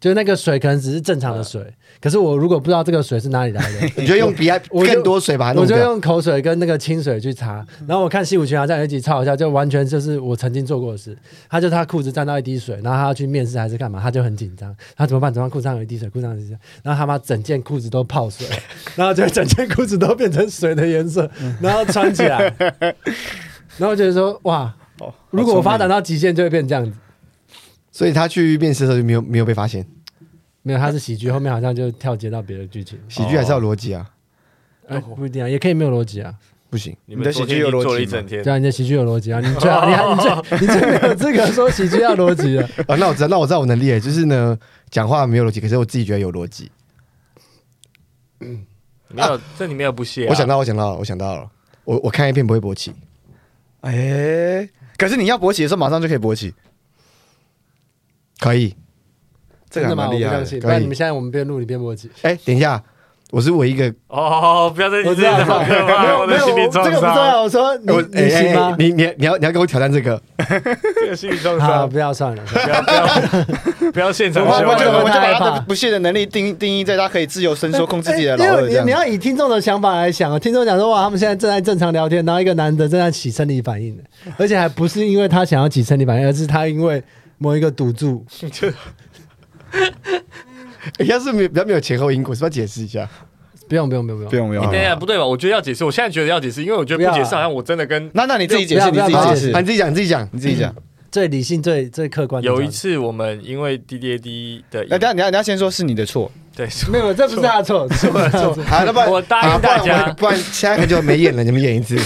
Speaker 1: 就是那个水可能只是正常的水，可是我如果不知道这个水是哪里来的
Speaker 2: 你就用比他
Speaker 1: 我就
Speaker 2: 更多水把它
Speaker 1: 我
Speaker 2: 弄
Speaker 1: 就
Speaker 2: 掉。嗯
Speaker 1: 用口水跟那个清水去擦。然后我看《戏骨群侠传》有一集超好笑，就完全就是我曾经做过的事。他就他裤子沾到一滴水，然后他要去面试还是干嘛，他就很紧张，他怎么办？怎么办？裤子上有一滴水，裤子上有一滴水，然后他把整件裤子都泡 水，然后就整件裤子都变成水的颜色，
Speaker 2: 嗯
Speaker 1: 然后穿起 来。然后我觉得说，哇，
Speaker 3: 哦
Speaker 1: 如果我发展到极限，就会变这样子。
Speaker 2: 所以他去面试的时候就没有没有被发现。
Speaker 1: 没有，他是喜剧，后面好像就跳接到别的剧情，
Speaker 2: 喜剧还是要逻辑啊，
Speaker 1: 呃，不一定啊，也可以没有逻辑啊。
Speaker 2: 不行。
Speaker 4: 你
Speaker 3: 你的
Speaker 4: 们
Speaker 3: 喜
Speaker 4: 昨天
Speaker 3: 剧有
Speaker 4: 已经做了
Speaker 3: 逻辑
Speaker 4: 一整天，
Speaker 1: 对啊，你的喜剧有逻辑啊，你最好你还你最你最没有资格说喜剧要逻辑啊。
Speaker 2: 啊，那我知道，那我知道我能力了，就是呢，讲话没有逻辑，可是我自己觉得有逻辑。
Speaker 4: 没有这里面有不屑、啊。
Speaker 2: 我想到，我想到了，我想到了，我我看一遍不会勃起，
Speaker 3: 哎，可是你要勃起的时候马上就可以勃起，
Speaker 2: 可以。
Speaker 3: 这个还
Speaker 1: 真的吗？
Speaker 3: 蛮
Speaker 1: 我不
Speaker 3: 厉害
Speaker 1: 相
Speaker 3: 的。
Speaker 1: 信。
Speaker 2: 可以
Speaker 1: 不然你们现在我们边录你边默契。
Speaker 2: 哎、等一下，我是我一个，
Speaker 4: 哦，不要再提
Speaker 1: 我
Speaker 4: 这
Speaker 1: 知道
Speaker 4: 个，好可怕，我
Speaker 1: 没
Speaker 4: 的
Speaker 1: 有
Speaker 4: 心理
Speaker 1: 我这
Speaker 4: 创
Speaker 1: 个不重
Speaker 4: 伤，
Speaker 1: 要。哎我说你
Speaker 2: 我
Speaker 1: 你行吗？
Speaker 2: 你你你要你要跟我挑战这个？
Speaker 4: 这个心理创
Speaker 1: 好，
Speaker 4: 伤，
Speaker 1: 不要算了。
Speaker 4: 不要不要不要现场
Speaker 1: 我
Speaker 3: 我
Speaker 1: 怕
Speaker 4: 修
Speaker 3: 我
Speaker 1: 我
Speaker 3: 就
Speaker 1: 怕
Speaker 3: 我
Speaker 4: 了。
Speaker 3: 就把
Speaker 1: 害
Speaker 3: 他
Speaker 1: 怕
Speaker 3: 的不屑的能力定定义在他可以自由伸缩控制自己的
Speaker 1: 因
Speaker 3: 老
Speaker 1: 为
Speaker 3: 二这
Speaker 1: 你哎你
Speaker 3: 样。
Speaker 1: 要以听众的想法来想哦，听众讲说哇，他们现在正在正常聊天，然后一个男的正在起生理反应，而且还不是因为他想要起生理反应，而是他因为某一个赌注。
Speaker 2: 哎要是没有比较没有前后因果，是不是要解释一下？
Speaker 1: 不用不用不用不
Speaker 3: 不
Speaker 1: 用，
Speaker 3: 用不用
Speaker 4: 等一，下，不对吧？我觉得要解释，我现在觉得要解释，因为我觉得不解
Speaker 1: 不要
Speaker 4: 释好
Speaker 1: 啊
Speaker 4: 像我真的跟
Speaker 3: 那那你自己解释，
Speaker 1: 不
Speaker 3: 你
Speaker 1: 要
Speaker 3: 自
Speaker 1: 不
Speaker 3: 己
Speaker 1: 要
Speaker 3: 解
Speaker 2: 啊，
Speaker 3: 释，
Speaker 2: 你自己讲，你自己讲。
Speaker 3: 你自己讲。
Speaker 1: 最理性最最客观的角度。
Speaker 4: 有一次我们因为 D D A D 的
Speaker 3: 哎那等一下，你要你要先说是你的错，
Speaker 4: 对，
Speaker 1: 没有，这不是他的错，是我的错。
Speaker 2: 好，那不然
Speaker 4: 我答应大家
Speaker 2: 啊不然我们不然现在很久没演了，你们演一次。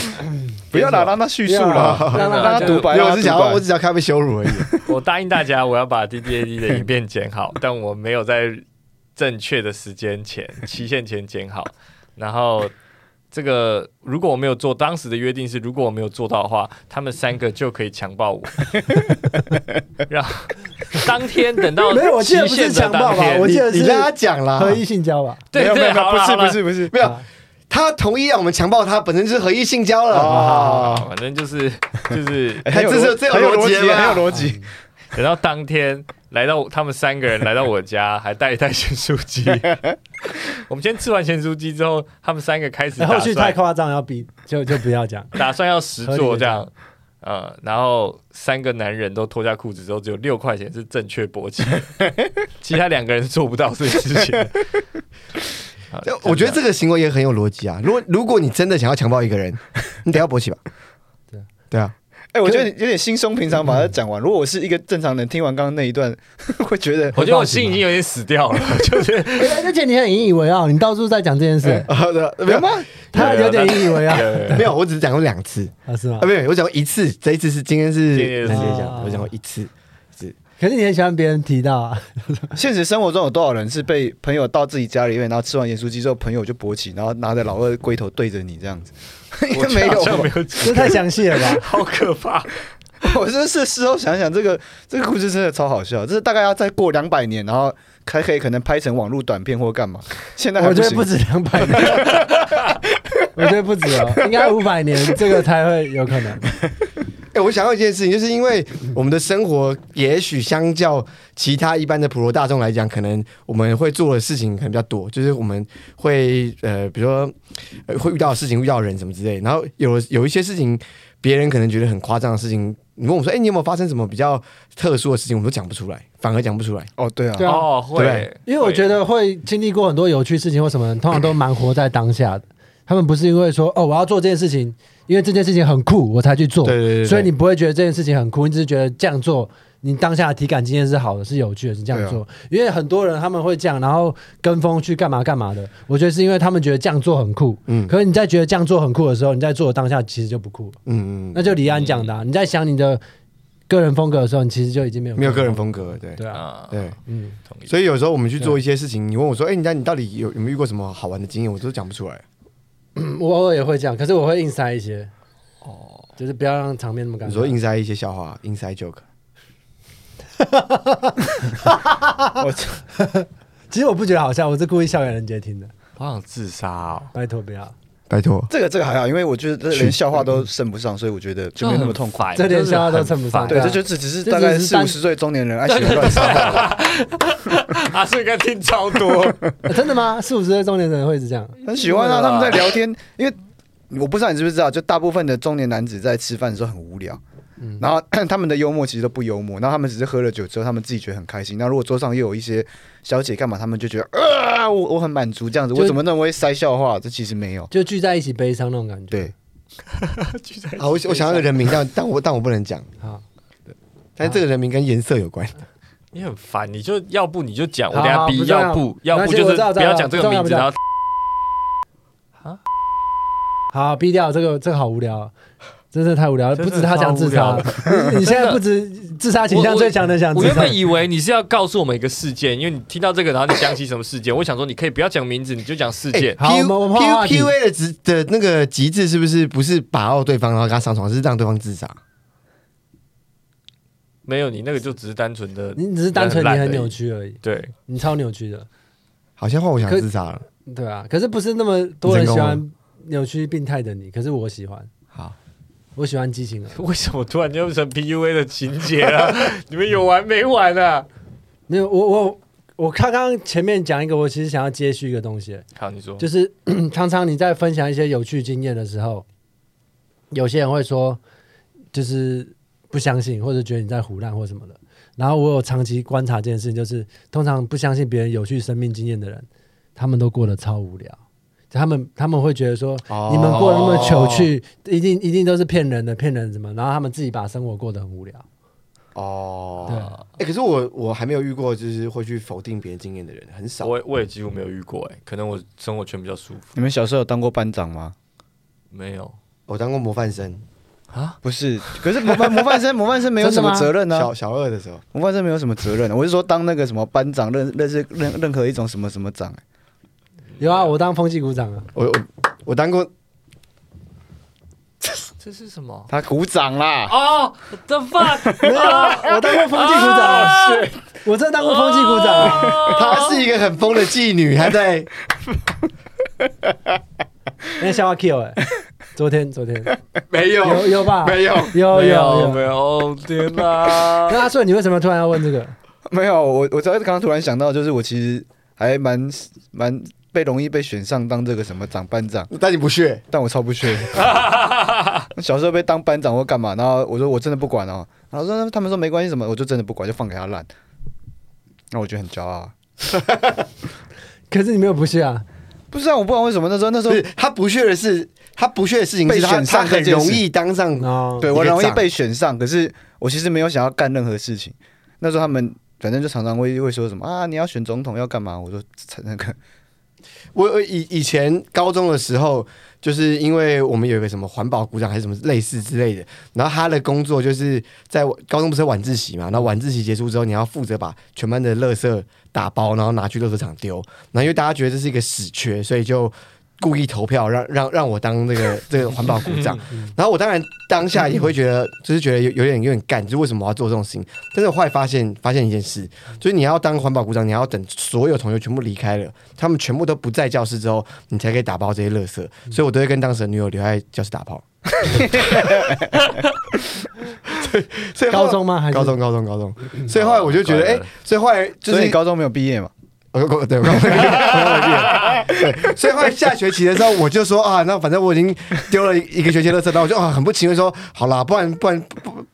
Speaker 3: 不要啦，让他叙述啦，
Speaker 1: 不要
Speaker 3: 让
Speaker 1: 啦
Speaker 3: 他独白。
Speaker 2: 因为我是想要，
Speaker 3: 啊让他独白
Speaker 2: 我只想要咖啡羞辱而已。
Speaker 4: 我答应大家，我要把 D D A D 的影片剪好，但我没有在正确的时间前、期限前剪好。然后这个如果我没有做，当时的约定是，如果我没有做到的话，他们三个就可以强 暴我。然后当天等到
Speaker 1: 没有我记得不是
Speaker 4: 期限的
Speaker 1: 强暴吧
Speaker 4: 当天
Speaker 1: 我记得
Speaker 2: 你你
Speaker 1: 是
Speaker 2: 让他讲啦。
Speaker 1: 合一性交吧。
Speaker 4: 对
Speaker 3: 没有没
Speaker 4: 对，
Speaker 3: 有没有
Speaker 4: 好了好了
Speaker 3: 不是不是不是，
Speaker 2: 没有，他同意让我们强暴他，本身就是合意性交了。
Speaker 4: 好好好
Speaker 3: 哦，
Speaker 4: 反正就是就是
Speaker 3: 哎很有
Speaker 2: 这是
Speaker 3: 逻
Speaker 2: 这有
Speaker 3: 很有
Speaker 2: 逻
Speaker 3: 逻
Speaker 2: 辑啊
Speaker 3: 辑，啊
Speaker 2: 吗
Speaker 3: 很有逻辑。
Speaker 4: 等到当天来到他们三个人来到我家，还带一袋咸酥鸡。 我们先吃完咸酥鸡之哎后，他们三个开始
Speaker 1: 然后
Speaker 4: 打
Speaker 1: 去太
Speaker 4: 算
Speaker 1: 夸张，要比就就不要 讲。
Speaker 4: 打算要实
Speaker 1: 合
Speaker 4: 做
Speaker 1: 理的
Speaker 4: 这样。呃，然后三个男人都脱下裤子之后，只有六块钱 是正确勃起的，其他两个人是做不到这件事情的。啊
Speaker 2: 这我觉得这个行为也很有逻辑啊。如果如果你真的想要强暴一个人，你得要勃起吧？
Speaker 1: 对啊
Speaker 2: 对啊，
Speaker 3: 哎、我觉得你有点轻松平常把它讲完。如果我是一个正常人，听完刚刚那一段， 会觉得
Speaker 4: 我觉得我心已经有点死掉了， 就是
Speaker 1: 而且你很引以为傲，你到处在讲这件 事，
Speaker 2: 啊对啊，没有吗？
Speaker 1: 他有点引以为傲
Speaker 2: 没有，我只是讲过两次
Speaker 1: 啊，是吗
Speaker 2: 啊，？没有，我讲过一次，这一次是今天是
Speaker 4: 今天是
Speaker 2: 男生
Speaker 1: 啊
Speaker 2: 讲，我讲过一次。
Speaker 1: 可是你很喜欢别人提到啊，
Speaker 3: 现实生活中有多少人是被朋友到自己家里面，然后吃完盐酥鸡之后，朋友就勃起，然后拿着老二龟头对着你这样子？ 应该没有
Speaker 4: 好像
Speaker 3: 吧
Speaker 4: 没？有
Speaker 1: 这太详细了吧？
Speaker 4: 好可怕。
Speaker 3: 我真是事后想想，这个这个故事真的超好笑。这是大概要再过两百年，然后还可以可能拍成网络短片或干嘛。现在还
Speaker 1: 我觉得
Speaker 3: 行
Speaker 1: 不止两百年，我觉得不止哦，应该五百年这个才会有可能。
Speaker 2: 哎、我想到一件事情，就是因为我们的生活，也许相较其他一般的普罗大众来讲，可能我们会做的事情可能比较多，就是我们会呃，比如说、呃、会遇到的事情、遇到的人什么之类。然后有有一些事情，别人可能觉得很夸张的事情，你问我说：“哎、你有没有发生什么比较特殊的事情？”我们都讲不出来，反而讲不出来。
Speaker 3: 哦，对啊，
Speaker 1: 对啊
Speaker 4: 哦，会
Speaker 2: 对，
Speaker 1: 因为我觉
Speaker 4: 得
Speaker 1: 得会经历过很多有趣事情或什么，通常都蛮活在当下的。他们不是因为说哦，我要做这件事情，因为这件事情很酷，我才去做。
Speaker 2: 对对对对
Speaker 1: 所以你不会觉得这件事情很酷，你只是觉得这样做，你当下的体感经验是好的，是有趣的，是这样做。
Speaker 2: 啊
Speaker 1: 因为很多人他们会这样，然后跟风去干嘛干嘛的。我觉得是因为他们觉得这样做很酷。
Speaker 2: 嗯
Speaker 1: 可是你在觉得这样做很酷的时候，你在做的当下其实就不酷了。
Speaker 2: 嗯嗯，
Speaker 1: 那就李安讲的啊、你在想你的个人风格的时候，你其实就已经没有
Speaker 2: 嗯没有个人风格，对
Speaker 1: 对啊，
Speaker 4: 啊，
Speaker 2: 对。
Speaker 1: 嗯，
Speaker 4: 同意。
Speaker 2: 所以有时候我们去做一些事情，你问我说：“哎、你家你到底有有没有遇过什么好玩的经验？”我都讲不出来。
Speaker 1: 我偶尔也会这样，可是我会硬塞一些。哦，就是不要让场面那么尴尬。
Speaker 2: 你说硬塞一些笑话硬塞 joke。
Speaker 3: 我
Speaker 1: 其实我不觉得好笑，我是故意笑给人杰听的。
Speaker 4: 我想自杀哦，
Speaker 1: 拜托不要，
Speaker 2: 拜托，
Speaker 3: 这个这个还好，因为我觉得连笑话
Speaker 1: 嗯
Speaker 3: 都胜不上，所以我觉得就没那么痛苦。
Speaker 4: 烦
Speaker 1: 这连笑话都称不上
Speaker 3: 对，
Speaker 1: 对啊
Speaker 3: 这就只只是
Speaker 1: 哦这
Speaker 3: 大概
Speaker 1: 只是
Speaker 3: 四
Speaker 1: 单
Speaker 3: 五十岁中年人爱喜欢乱 说话，
Speaker 4: 阿顺该听超多，
Speaker 1: 呃真的吗？四五十岁中年人会是这样？
Speaker 3: 很喜欢啊。他们在聊天，因为我不知道你知不知道，就大部分的中年男子在吃饭的时候很无聊，
Speaker 1: 嗯
Speaker 3: 然后 他们的幽默其实都不幽默，然后他们只是喝了酒之后，他们自己觉得很开心。那如果桌上又有一些小姐干嘛，他们就觉得啊，我我很满足这样子，
Speaker 1: 就
Speaker 3: 我怎么那么会塞笑话？这其实没有，
Speaker 1: 就聚在一起悲伤那种感觉。
Speaker 3: 对，
Speaker 4: 聚在一 起
Speaker 2: 好，我我想要一个人名，但但我但我不能讲，
Speaker 1: 好，
Speaker 2: 但这个人名跟颜色有关。
Speaker 4: 你很烦，你就要不你就讲，我
Speaker 1: 好
Speaker 4: 等下
Speaker 1: 好
Speaker 4: 逼
Speaker 1: 不，重要
Speaker 4: 要不要
Speaker 1: 没关
Speaker 4: 不
Speaker 1: 系
Speaker 4: 就
Speaker 1: 我
Speaker 4: 是
Speaker 1: 知道
Speaker 4: 不要讲这个名
Speaker 1: 不
Speaker 4: 字，
Speaker 1: 重
Speaker 4: 然
Speaker 1: 要
Speaker 4: 后
Speaker 1: 好，逼掉这个，这个好无聊，啊真是太无聊了。
Speaker 4: 真
Speaker 1: 不
Speaker 4: 的
Speaker 1: 止他想自杀， 你你现在不止自杀倾向最强的想
Speaker 4: 我
Speaker 1: 自
Speaker 4: 原
Speaker 1: 杀，
Speaker 4: 本以为你是要告诉我们一个事件，因为你听到这个，然后你想起什么事件，我想说你可以不要讲名字，你就讲事件。
Speaker 1: 好我们我们换话
Speaker 2: 哎 P
Speaker 1: 题
Speaker 2: P A 的极的那个极致是不是不是把傲对方，然后跟他上床，是让对方自杀？
Speaker 4: 没有，你那个就只是单纯的，
Speaker 1: 你只是单纯你
Speaker 4: 烂而
Speaker 1: 很
Speaker 4: 已
Speaker 1: 扭曲而已，
Speaker 4: 对，
Speaker 1: 你超扭曲的，
Speaker 2: 好像换我想
Speaker 1: 可
Speaker 2: 自杀了。
Speaker 1: 对啊。可是不是那么多人喜
Speaker 2: 你成
Speaker 1: 欢扭曲病态的你，可是我喜欢，
Speaker 2: 好，
Speaker 1: 我喜欢激情儿。
Speaker 4: 为什么突然就变成 PUA 的情节了？你们有完没完啊？
Speaker 1: 没有，我我我刚刚前面讲一个，我其实想要接续一个东西，
Speaker 2: 哦
Speaker 4: 好，你说，
Speaker 1: 就是 常常你在分享一些有趣经验的时候，有些人会说，就是不相信，或者觉得你在胡乱或什么的。然后我有长期观察这件事情，就是通常不相信别人有趣生命经验的人，他们都过得超无聊。他们他们会觉得说，
Speaker 2: 哦
Speaker 1: 你们过得那么糗趣，一定一定都是骗人的，骗人什么？然后他们自己把生活过得很无聊。对
Speaker 2: 哦，哎、可是我我还没有遇过，就是会去否定别人经验的人，很少。
Speaker 4: 我我也几乎没有遇过、哎，可能我生活圈比较舒服，
Speaker 3: 你们小时候有当过班长吗？
Speaker 4: 没有
Speaker 2: 我当过模范生，
Speaker 4: 啊。
Speaker 3: 不是，可是模范模范生模范生没 有什么责
Speaker 1: 啊
Speaker 3: 任呢、啊
Speaker 2: 小小二的时候，
Speaker 3: 模范生没有什么责任、啊，我是说当那个什么班长认认识任任何一种什么什么长、欸
Speaker 1: 有啊，我当风纪股长啊，
Speaker 2: 我我我当过
Speaker 4: 这是什么？
Speaker 3: 他鼓掌啦，
Speaker 4: 哦、t h e fuck！
Speaker 1: 没有啊，我当过风纪股长啊，我真的当过风纪股长啊。
Speaker 2: 她是一个很疯的妓女，她在
Speaker 1: 那笑话 kill 哎、昨天昨天
Speaker 2: 没有
Speaker 1: 有有吧？
Speaker 2: 没有，
Speaker 1: 有有
Speaker 4: 没
Speaker 1: 有。
Speaker 4: 有，天哪！
Speaker 1: 那阿顺，你为什么突然要问这个？
Speaker 3: 没有，我我刚刚突然想到，就是我其实还蛮蛮被容易被选上当这个什么长班长，
Speaker 2: 但你不屑，
Speaker 3: 但我超不屑。 小时候被当班长或干嘛，然后我说我真的不管哦，然后说他们说没关系什么，我就真的不管，就放给他烂。那我觉得很骄傲啊。
Speaker 1: 可是你没有不是啊？
Speaker 3: 不是啊，我不管为什么那时候那时
Speaker 2: 不
Speaker 3: 候
Speaker 2: 是他不屑的是，他不屑的事情是
Speaker 3: 被
Speaker 2: 他
Speaker 3: 选上
Speaker 2: 他很
Speaker 3: 这件事
Speaker 2: 容易当上
Speaker 1: 哦，
Speaker 3: 对
Speaker 2: 一
Speaker 3: 我
Speaker 2: 个
Speaker 3: 容易
Speaker 2: 长
Speaker 3: 被选上，可是我其实没有想要干任何事情。那时候他们反正就常常会会说什么啊，你要选总统要干嘛？我说那个
Speaker 2: 我我以以前高中的时候，就是因为我们有一个什么环保股长还是什么类似之类的，然后他的工作就是在高中不是晚自习嘛，然后晚自习结束之后，你要负责把全班的垃圾打包，然后拿去垃圾场丢。然后因为大家觉得这是一个死缺，所以就故意投票让让让我当这个这个环保股长。然后我当然当下也会觉得，就是觉得有有点有点干，就是为什么我要做这种事情？但是我后来发现发现一件事，就是你要当环保股长，你要等所有同学全部离开了。他们全部都不在教室之后，你才可以打包这些垃圾，所以我都会跟当时的女友留在教室打包。 所以所以后
Speaker 1: 高中吗？还是哦
Speaker 2: 高中高中高中，所以后来我就觉得，哎、所以后来就
Speaker 3: 所以
Speaker 2: 是
Speaker 3: 你高中没有毕业嘛？
Speaker 2: 我哦我对，我刚刚对，所以后来下学期的时候，我就说啊，那反正我已经丢了一个学期的垃圾，然后我就啊很不情愿说，好啦，不然不然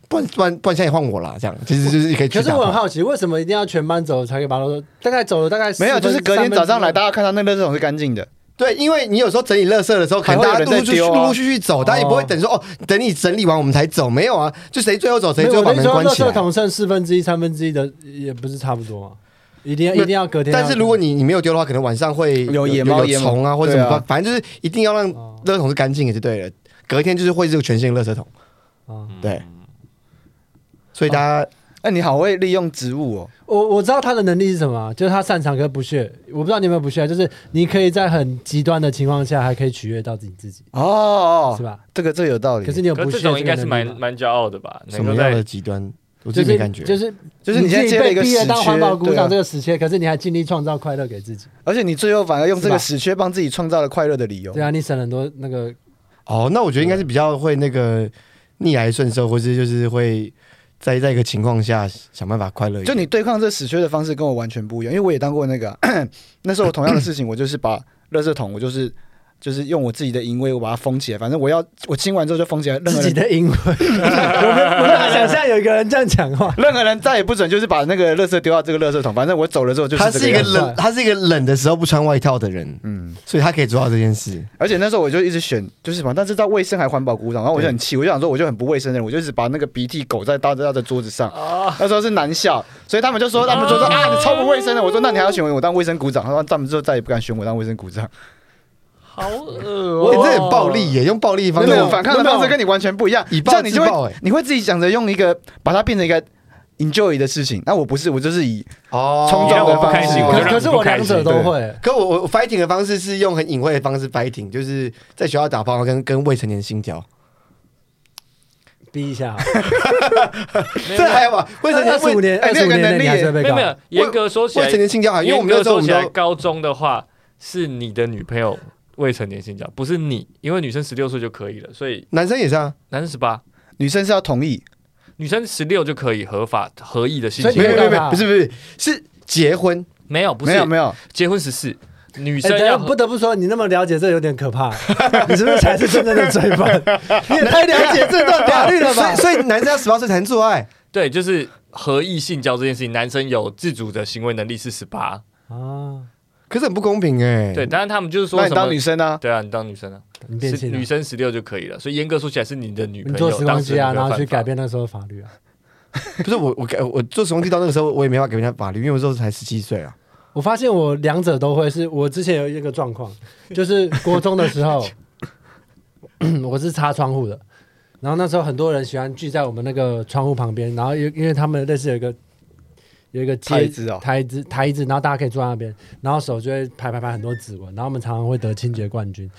Speaker 2: 不不然不然不然现在也换我啦，这样其实就是可以去
Speaker 1: 可
Speaker 2: 打包。
Speaker 1: 是我很好奇，为什么一定要全班走才可以把它都大概走了大概
Speaker 3: 没有，就是
Speaker 1: 4分
Speaker 3: 隔天早上来，
Speaker 1: 3分之
Speaker 3: 大家看到那垃圾桶是干净的。
Speaker 2: 对，因为你有时候整理垃圾的时候，可能
Speaker 3: 还会有
Speaker 2: 大家
Speaker 3: 人
Speaker 2: 陆陆
Speaker 3: 在
Speaker 2: 续
Speaker 3: 丢啊
Speaker 2: 陆陆续续走，大家也不会等说哦，等你整理完我们才走，没有啊，就谁最后走谁
Speaker 1: 没
Speaker 2: 最
Speaker 1: 有
Speaker 2: 后把
Speaker 1: 我跟
Speaker 2: 门
Speaker 1: 你说，
Speaker 2: 关啊
Speaker 1: 垃
Speaker 2: 起来
Speaker 1: 圾。桶剩四分之一、三分之一的，也不是差不多吗？啊一定要
Speaker 2: 那
Speaker 1: 一定要隔天要。
Speaker 2: 但是如果你你没有丢的话，可能晚上会
Speaker 3: 有野猫野
Speaker 2: 有
Speaker 3: 猫
Speaker 2: 虫啊或者什
Speaker 3: 对啊
Speaker 2: 么，反正就是一定要让
Speaker 1: 哦
Speaker 2: 垃圾桶是干净的就对了。隔天就是会是个全新的垃圾桶，
Speaker 1: 啊，
Speaker 2: 对，所以大家
Speaker 3: 哎，你好会利用职务哦，
Speaker 1: 我我知道他的能力是什么啊，就是他擅长跟不屑。我不知道你有没有不屑，啊就是你可以在很极端的情况下，还可以取悦到自己自己，是
Speaker 3: 哦，
Speaker 1: 吧？
Speaker 3: 这个这个有道理。
Speaker 1: 可是你有
Speaker 4: 可
Speaker 1: 不
Speaker 4: 是
Speaker 1: 屑
Speaker 4: 这种应该
Speaker 1: 个
Speaker 4: 是
Speaker 1: 能
Speaker 4: 蛮
Speaker 1: 力吧
Speaker 4: 蛮骄傲的吧？
Speaker 2: 什
Speaker 4: 能
Speaker 2: 么
Speaker 4: 够
Speaker 2: 样
Speaker 4: 在
Speaker 2: 的极端，我
Speaker 1: 就
Speaker 2: 自己没
Speaker 1: 是
Speaker 2: 感觉，
Speaker 1: 就是
Speaker 3: 就是你现在
Speaker 1: 自己
Speaker 3: 接了一
Speaker 1: 被
Speaker 3: 个
Speaker 1: 逼了当
Speaker 3: 死
Speaker 1: 环保
Speaker 3: 缺
Speaker 1: 股
Speaker 3: 对
Speaker 1: 长
Speaker 3: 啊
Speaker 1: 这个死缺，可是你还尽力创造快乐给自己，
Speaker 3: 而且你最后反而用这
Speaker 1: 是吧
Speaker 3: 个死缺帮自己创造了快乐的理由
Speaker 1: 对。啊，你省了很多那个
Speaker 2: 哦，那我觉得应该是比较会那个逆来顺受，或是就是会在在一个情况下想办法快乐一点。
Speaker 3: 就你对抗这死缺的方式跟我完全不一样，因为我也当过那个 啊、那时候我同样的事情，我就是把垃圾桶，我就是就是用我自己的淫威，我把它封起来，反正我要我清完之后就封起来，任何
Speaker 1: 自己
Speaker 3: 人
Speaker 1: 的英文， 我们无法想象有一个人这样讲话。
Speaker 3: 任何人再也不准就是把那个垃圾丢到这个垃圾桶，反正我走了之后就是
Speaker 2: 他
Speaker 3: 这
Speaker 2: 是一
Speaker 3: 样
Speaker 2: 个
Speaker 3: 子
Speaker 1: 样
Speaker 2: 冷，他是一个冷的时候不穿外套的人，
Speaker 3: 嗯，
Speaker 2: 所以他可以做到这件事。
Speaker 3: 而且那时候我就一直选，就是反正知道卫生还环保鼓掌，然后我就很气，我就想说我就很不卫生的人，我就一直把那个鼻涕狗在搭在他的桌子上。那时候是男校，所以他们就说他们就说啊你超不卫生的，我说那你还要选我当卫生鼓掌，他说他们之后再也不敢选我当卫生鼓掌。
Speaker 4: 好恶哦
Speaker 2: 我、这很暴力耶，用暴力方式
Speaker 3: 哦
Speaker 2: 哦
Speaker 3: 那种反抗的方式跟你完全不一样，
Speaker 2: 以暴
Speaker 3: 这样你就
Speaker 2: 制暴
Speaker 3: 会
Speaker 2: 欸
Speaker 3: 你会自己想着用一个把它变成一个 enjoy 的事情。那我不是，我就是以
Speaker 2: 哦
Speaker 3: 冲撞的方式
Speaker 2: 你让我不
Speaker 1: 可
Speaker 2: 开心我就
Speaker 3: 对
Speaker 4: 让
Speaker 2: 让
Speaker 1: 可是我两者都
Speaker 2: 你不
Speaker 1: 会，
Speaker 2: 可我我我 fighting 的方式是用很隐晦的方式 fighting，就是在学校打炮跟跟未成年性交，
Speaker 1: 逼一下好了，
Speaker 2: 这还有吧？未成
Speaker 1: 二
Speaker 2: 年
Speaker 1: 十五
Speaker 2: 未
Speaker 1: 年，
Speaker 3: 哎
Speaker 1: 二
Speaker 3: 那
Speaker 1: 十
Speaker 3: 个
Speaker 1: 五年内
Speaker 3: 能力
Speaker 1: 你还是会被告
Speaker 4: 没有没。有，严格说起来
Speaker 2: 未，成年性交还，因为我们
Speaker 4: 严
Speaker 2: 那
Speaker 4: 格
Speaker 2: 时候我们
Speaker 4: 说起来，
Speaker 2: 都
Speaker 4: 高中的话是你的女朋友未成年性交，不是你，因为女生十六岁就可以了，所以
Speaker 2: 男生也是啊，
Speaker 4: 男生十八，
Speaker 3: 女生是要同意，
Speaker 4: 女生十六就可以合法合意的性
Speaker 1: 所以
Speaker 4: 行
Speaker 1: 你
Speaker 2: 没
Speaker 4: 为
Speaker 2: 有
Speaker 1: 会
Speaker 2: 没有没
Speaker 1: 告他
Speaker 2: 有，不是不是是结婚，
Speaker 4: 没有，不是
Speaker 3: 没有没有，
Speaker 4: 结婚十四，女
Speaker 1: 哎
Speaker 4: 生
Speaker 1: 等
Speaker 4: 要
Speaker 1: 下
Speaker 4: 合
Speaker 1: 不得不说，你那么了解这有点可怕， 你是不是才是真正的罪 犯？你也太了解
Speaker 2: 啊
Speaker 1: 这段法律了
Speaker 2: 所以
Speaker 1: 吧？
Speaker 2: 所以男生要十八岁才能做爱，
Speaker 4: 对，就是合意性交这件事情，男生有自主的行为能力是十八，
Speaker 1: 啊，
Speaker 2: 可是很不公平哎。
Speaker 4: 对，当然他们就是说
Speaker 3: 那
Speaker 4: 什
Speaker 3: 你
Speaker 4: 么
Speaker 3: 当女生啊？
Speaker 4: 对啊，你当女生啊，
Speaker 1: 你变
Speaker 4: 是
Speaker 1: 性了
Speaker 4: 女，生十六就可以了，所以严格说起来是你的女
Speaker 1: 你
Speaker 4: 朋
Speaker 1: 做
Speaker 4: 友
Speaker 1: 时光
Speaker 4: 当时
Speaker 1: 机
Speaker 4: 的
Speaker 1: 啊，
Speaker 4: 女朋
Speaker 1: 然
Speaker 4: 友
Speaker 1: 后去
Speaker 4: 犯法
Speaker 1: 改。变那时候的法律啊。
Speaker 2: 不是我我我我做使用地到那个时候，我也没办法改变他法律，因为我那时候才十七岁啊。
Speaker 1: 我发现我两者都会，是我之前有一个状 况，就是国中的时候， 我是擦窗户的，然后那时候很多人喜欢聚在我们那个窗户旁边，然后因因为他们类似有一个有一个阶
Speaker 3: 台子哦
Speaker 1: 台子台子，然后大家可以坐在那边，然后手就会排排排很多指纹，然后我们常常会得清洁冠军。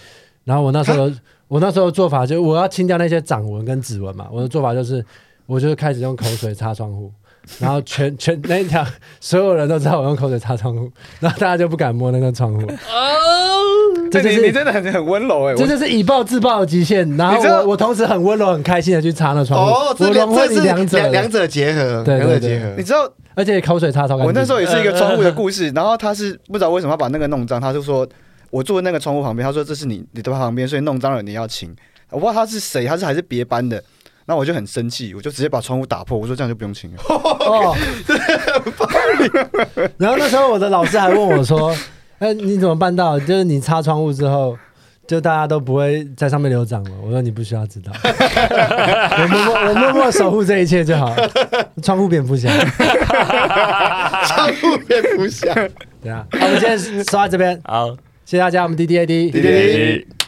Speaker 1: 然后我那时候我那时候的做法就是我要清掉那些掌纹跟指纹嘛，我的做法就是我就是开始用口水擦窗户。 然后全全那一条，所有人都知道我用口水擦窗户，然后大家就不敢摸那个窗户。
Speaker 4: 哦
Speaker 1: 这就
Speaker 3: 哎你你
Speaker 1: 是
Speaker 3: 真的很很温柔哎、
Speaker 1: 这
Speaker 3: 我
Speaker 1: 就是以暴制暴的极限。然后
Speaker 3: 你知道
Speaker 1: 我我同时很温柔、很开心的去擦那窗户，
Speaker 2: 哦，这
Speaker 1: 我
Speaker 2: 两
Speaker 1: 融会
Speaker 2: 这
Speaker 1: 你
Speaker 2: 是
Speaker 1: 两者，
Speaker 2: 两两者结合，
Speaker 1: 对对
Speaker 2: 两者
Speaker 1: 对
Speaker 2: 结合
Speaker 3: 你。知道
Speaker 1: 而且口水擦超干净。
Speaker 3: 我那时候也是一个窗户的故事，然后他是不知道为什么要把那个弄脏，他就说我坐那个窗户旁边，他说这是你你的旁边，所以弄脏了你要清。我不知道他是谁，他是还是别班的。那我就很生气，我就直接把窗户打破，我说这样就不用清了。
Speaker 1: 哦，然后那时候我的老师还问我说：“哎、你怎么办到？就是你擦窗户之后，就大家都不会在上面留长了。”我说：“你不需要知道，我默默我默默守护这一切就好了。窗户蝙蝠侠，
Speaker 2: 相互蝙蝠侠。
Speaker 1: 对啊。好我们今天说到这边，
Speaker 4: 好，
Speaker 1: 谢谢大家，我们 D D A D。
Speaker 4: 滴滴滴。